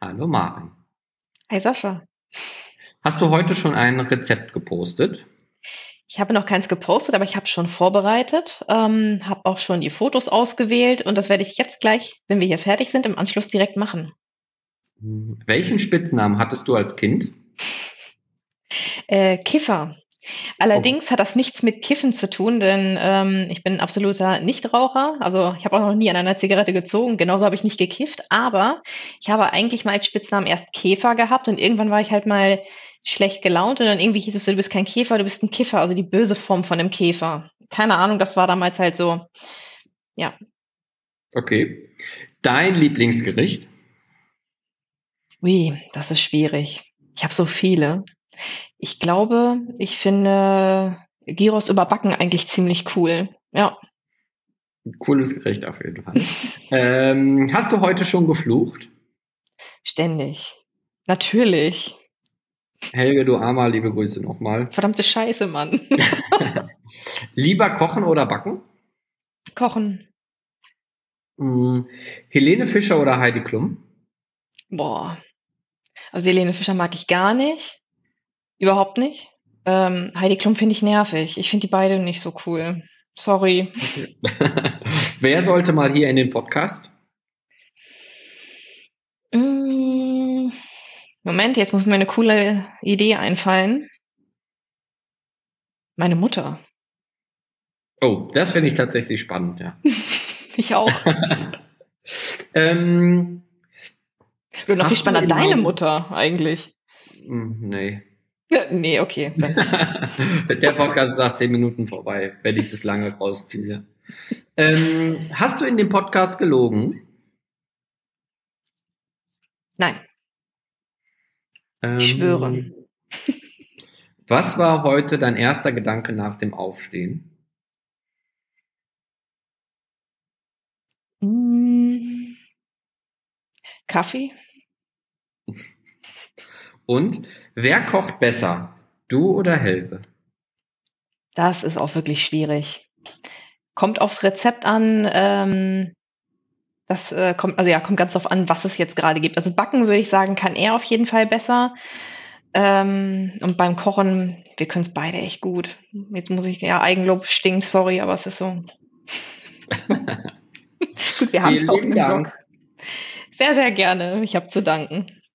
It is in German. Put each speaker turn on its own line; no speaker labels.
Hallo Maren.
Hi Sascha.
Hast du heute schon ein Rezept gepostet?
Ich habe noch keins gepostet, aber ich habe schon vorbereitet, ähm, habe auch schon die Fotos ausgewählt und das werde ich jetzt gleich, wenn wir hier fertig sind, im Anschluss direkt machen.
Hm, Welchen Spitznamen hattest du als Kind?
Äh, Kiffer. Allerdings hat das nichts mit Kiffen zu tun, denn ähm, ich bin ein absoluter Nichtraucher. Also ich habe auch noch nie an einer Zigarette gezogen. Genauso habe ich nicht gekifft. Aber ich habe eigentlich mal als Spitznamen erst Käfer gehabt und irgendwann war ich halt mal schlecht gelaunt und dann irgendwie hieß es so, du bist kein Käfer, du bist ein Kiffer. Also die böse Form von einem Käfer. Keine Ahnung, das war damals halt so. Ja,
Okay. Dein Lieblingsgericht?
ui, das ist schwierig. Ich habe so viele. Ich glaube, ich finde Gyros überbacken eigentlich ziemlich cool. Ja.
Ein Cooles Gericht auf jeden Fall. ähm, hast du heute schon geflucht?
Ständig. Natürlich.
Helge, du Armer, liebe Grüße nochmal.
Verdammte Scheiße, Mann.
Lieber kochen oder backen?
Kochen.
Hm, Helene Fischer oder Heidi Klum?
Boah. Also Helene Fischer mag ich gar nicht. Überhaupt nicht. Ähm, Heidi Klum finde ich nervig. Ich finde die beide nicht so cool. Sorry.
Wer sollte mal hier in den Podcast?
Mm. Moment, jetzt muss mir eine coole Idee einfallen. Meine Mutter.
Oh, das finde ich tatsächlich spannend, ja.
Ich auch.
Ähm,
Oder noch
Hast du
viel spannender,
in
deine
meinem-
Mutter eigentlich.
mh, mm, nee.
Ja, Nee, okay. Dann.
Der Podcast ist nach zehn Minuten vorbei, wenn ich das lange rausziehe. Ähm, hast du in dem Podcast gelogen?
Nein,
Ähm,
ich schwöre.
Was war heute dein erster Gedanke nach dem Aufstehen?
Mm. Kaffee?
Und wer kocht besser? Du oder Helge?
Das ist auch wirklich schwierig. Kommt aufs Rezept an. Ähm, das äh, kommt, also ja, kommt ganz drauf an, was es jetzt gerade gibt. Also backen würde ich sagen, kann er auf jeden Fall besser. Ähm, und beim Kochen, wir können es beide echt gut. Jetzt muss ich, ja, Eigenlob stinkt, sorry, aber es ist so. gut, wir haben
Vielen
es auch im
Dank.
Blog. Sehr, sehr gerne. Ich habe zu danken.